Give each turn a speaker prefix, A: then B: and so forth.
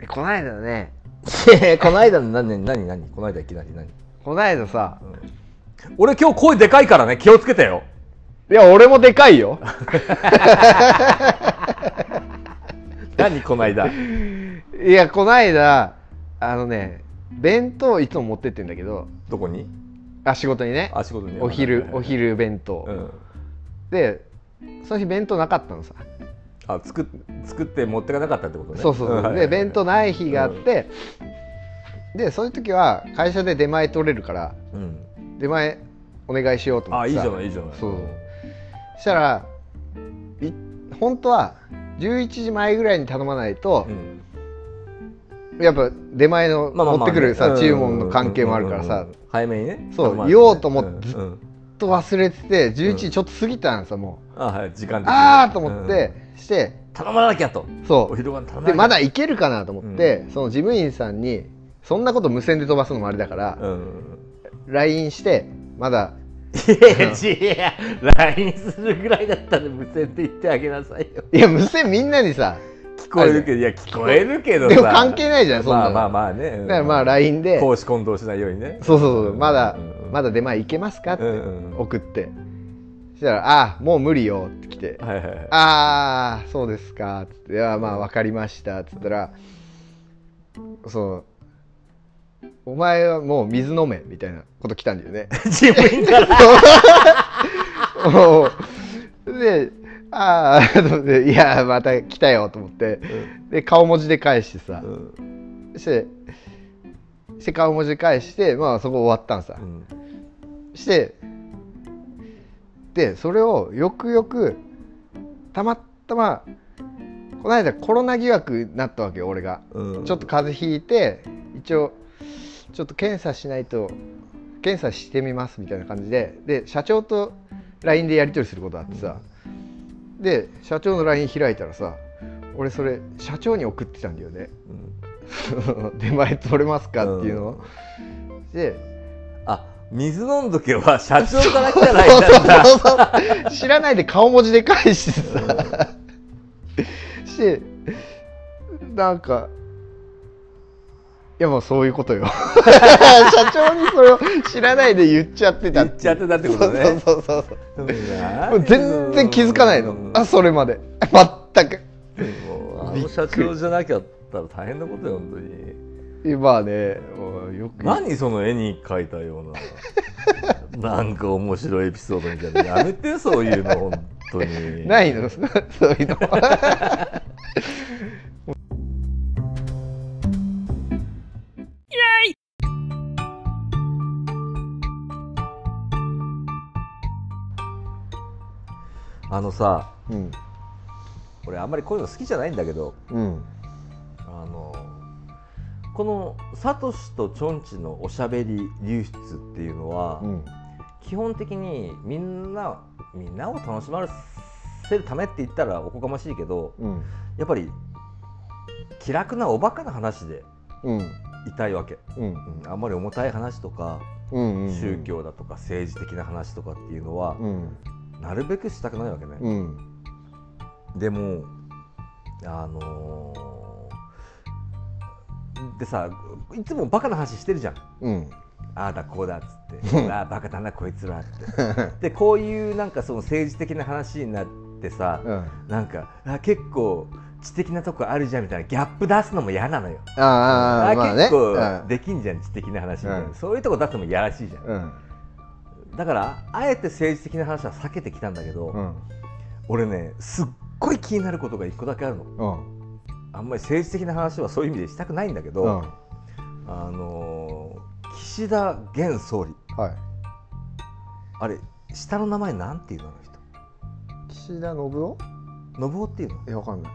A: えこないだね
B: この間の何何何何この間いきなり何
A: こないださ
B: 俺今日声でかいからね気をつけてよ
C: いや、俺もでかいよ。
B: 何この間
A: いやこないだあのね弁当いつも持ってってんだけど
B: どこに
A: あ仕事にね
B: あ仕事に
A: お昼お、
B: はい
A: 昼弁当、
B: はいはいうん、
A: でその日弁当なかったのさ、
B: あ作っ作って持ってかなかったってことね
A: そうそうそう、
B: んはいはいは
A: で
B: い
A: 弁当ない日があって、でそういう時は会社で出前取れるから
B: うん
A: 出前お願いしようと思っ
B: あい
A: て
B: いじ
A: さ
B: ゃないいいじゃない
A: そうしたらい本当は11時前ぐらいに頼まないと
B: う、ん
A: やっぱ出前の
B: まあまあ
A: 持
B: ま
A: っ
B: あ
A: てくるさ、
B: うん
A: 注文の関係もあるからさ、
B: うんうんうん早めにね
A: そう
B: 頼まれて
A: 言おうと思って
B: うんうん
A: と忘れてて11時ちょっと過ぎたんさもう、
B: あはい時間的に
A: ああと思って、して
B: うん頼まなきゃと
A: そ
B: お昼ご飯頼ま
A: う
B: なきゃ
A: でまだいけるかなと思って、その事務員さんにそんなこと無線で飛ばすのもあれだから、
B: うん
A: LINE してまだ
B: いや違う LINE するぐらいだったら無線で言ってあげなさいよ
A: いや無線みんなにさ
B: 聞こえるけどいや聞こえるけどさ
A: でも関係ないじゃんそんな
B: まあ
A: の
B: まあまあねうん
A: だからまあ LINE で
B: 公私混同しないようにね
A: そうそうそうまだ
B: うん
A: まだ出前いけますかって
B: うんうん
A: 送ってそしたら「あもう無理よ」って来て
B: はいはいはい
A: ああそうですか」っつって「いやまあ分かりました」っつったら「そうお前はもう水飲め」みたいなこと来たんだよね。
B: 自分から
A: おうで「ああ」と思って「いやまた来たよ」と思ってで顔文字で返してさ
B: うん
A: してして顔文字で返してまあそこ終わったんさ
B: うん
A: してでそれをよくよくたまたまこの間コロナ疑惑になったわけよ俺が、
B: うん
A: ちょっと風邪ひいて一応ちょっと検査しないと検査してみますみたいな感じでで社長と LINE でやり取りすることあってさ、で社長の LINE 開いたらさ俺それ社長に送ってたんだよね
B: うん
A: 出前取れますかっていうのを、で
B: あ水飲んどけは社長から来たらいいんだった
A: そうそう知らないで顔文字で返してさ、してなんかいやもうそういうことよ社長にそれを知らないで言っちゃってた
B: 言っちゃってたってことね
A: そうそうそうそう も
B: も
A: う全然気づかないのあそれまで全く
B: あの社長じゃなきゃったら大変なことよ本当に
A: 今ねもうよく
B: 何その絵に描いたような なんか面白いエピソードみたいなのやめてそういうの本当に
A: ないのそういうの
B: あのさ
A: うん
B: 俺あんまりこういうの好きじゃないんだけど
A: うん
B: あのこのサトシとチョンチのおしゃべり流出っていうのは、
A: うん
B: 基本的にみんなみんなを楽しませるためって言ったらおこがましいけど
A: うん
B: やっぱり気楽なおバカな話で
A: うん
B: いたいわけ、
A: うん
B: うん、あんまり重たい話とか
A: うんうん
B: 宗教だとか政治的な話とかっていうのは
A: うん
B: なるべくしたくないわけね、
A: うん
B: でもあのーでさいつもバカな話してるじゃん
A: うん
B: ああだこうだっつってああバカだなこいつらってでこういうなんかその政治的な話になってさ
A: うん
B: なんかあ結構知的なとこあるじゃんみたいなギャップ出すのも嫌なのよ
A: ああああまあね
B: 結構
A: うん
B: できんじゃん知的な話みたいな、
A: うん
B: そういうとこ出すのもやらしいじゃん、
A: うん
B: だからあえて政治的な話は避けてきたんだけど、
A: うん
B: 俺ねすっごい気になることが一個だけあるの
A: うん
B: あんまり政治的な話はそういう意味でしたくないんだけど、
A: うん
B: あのー岸田現総理
A: はい
B: あれ下の名前なんていうのあの人
A: 岸田信夫
B: 信夫っていうの
A: いやわかんない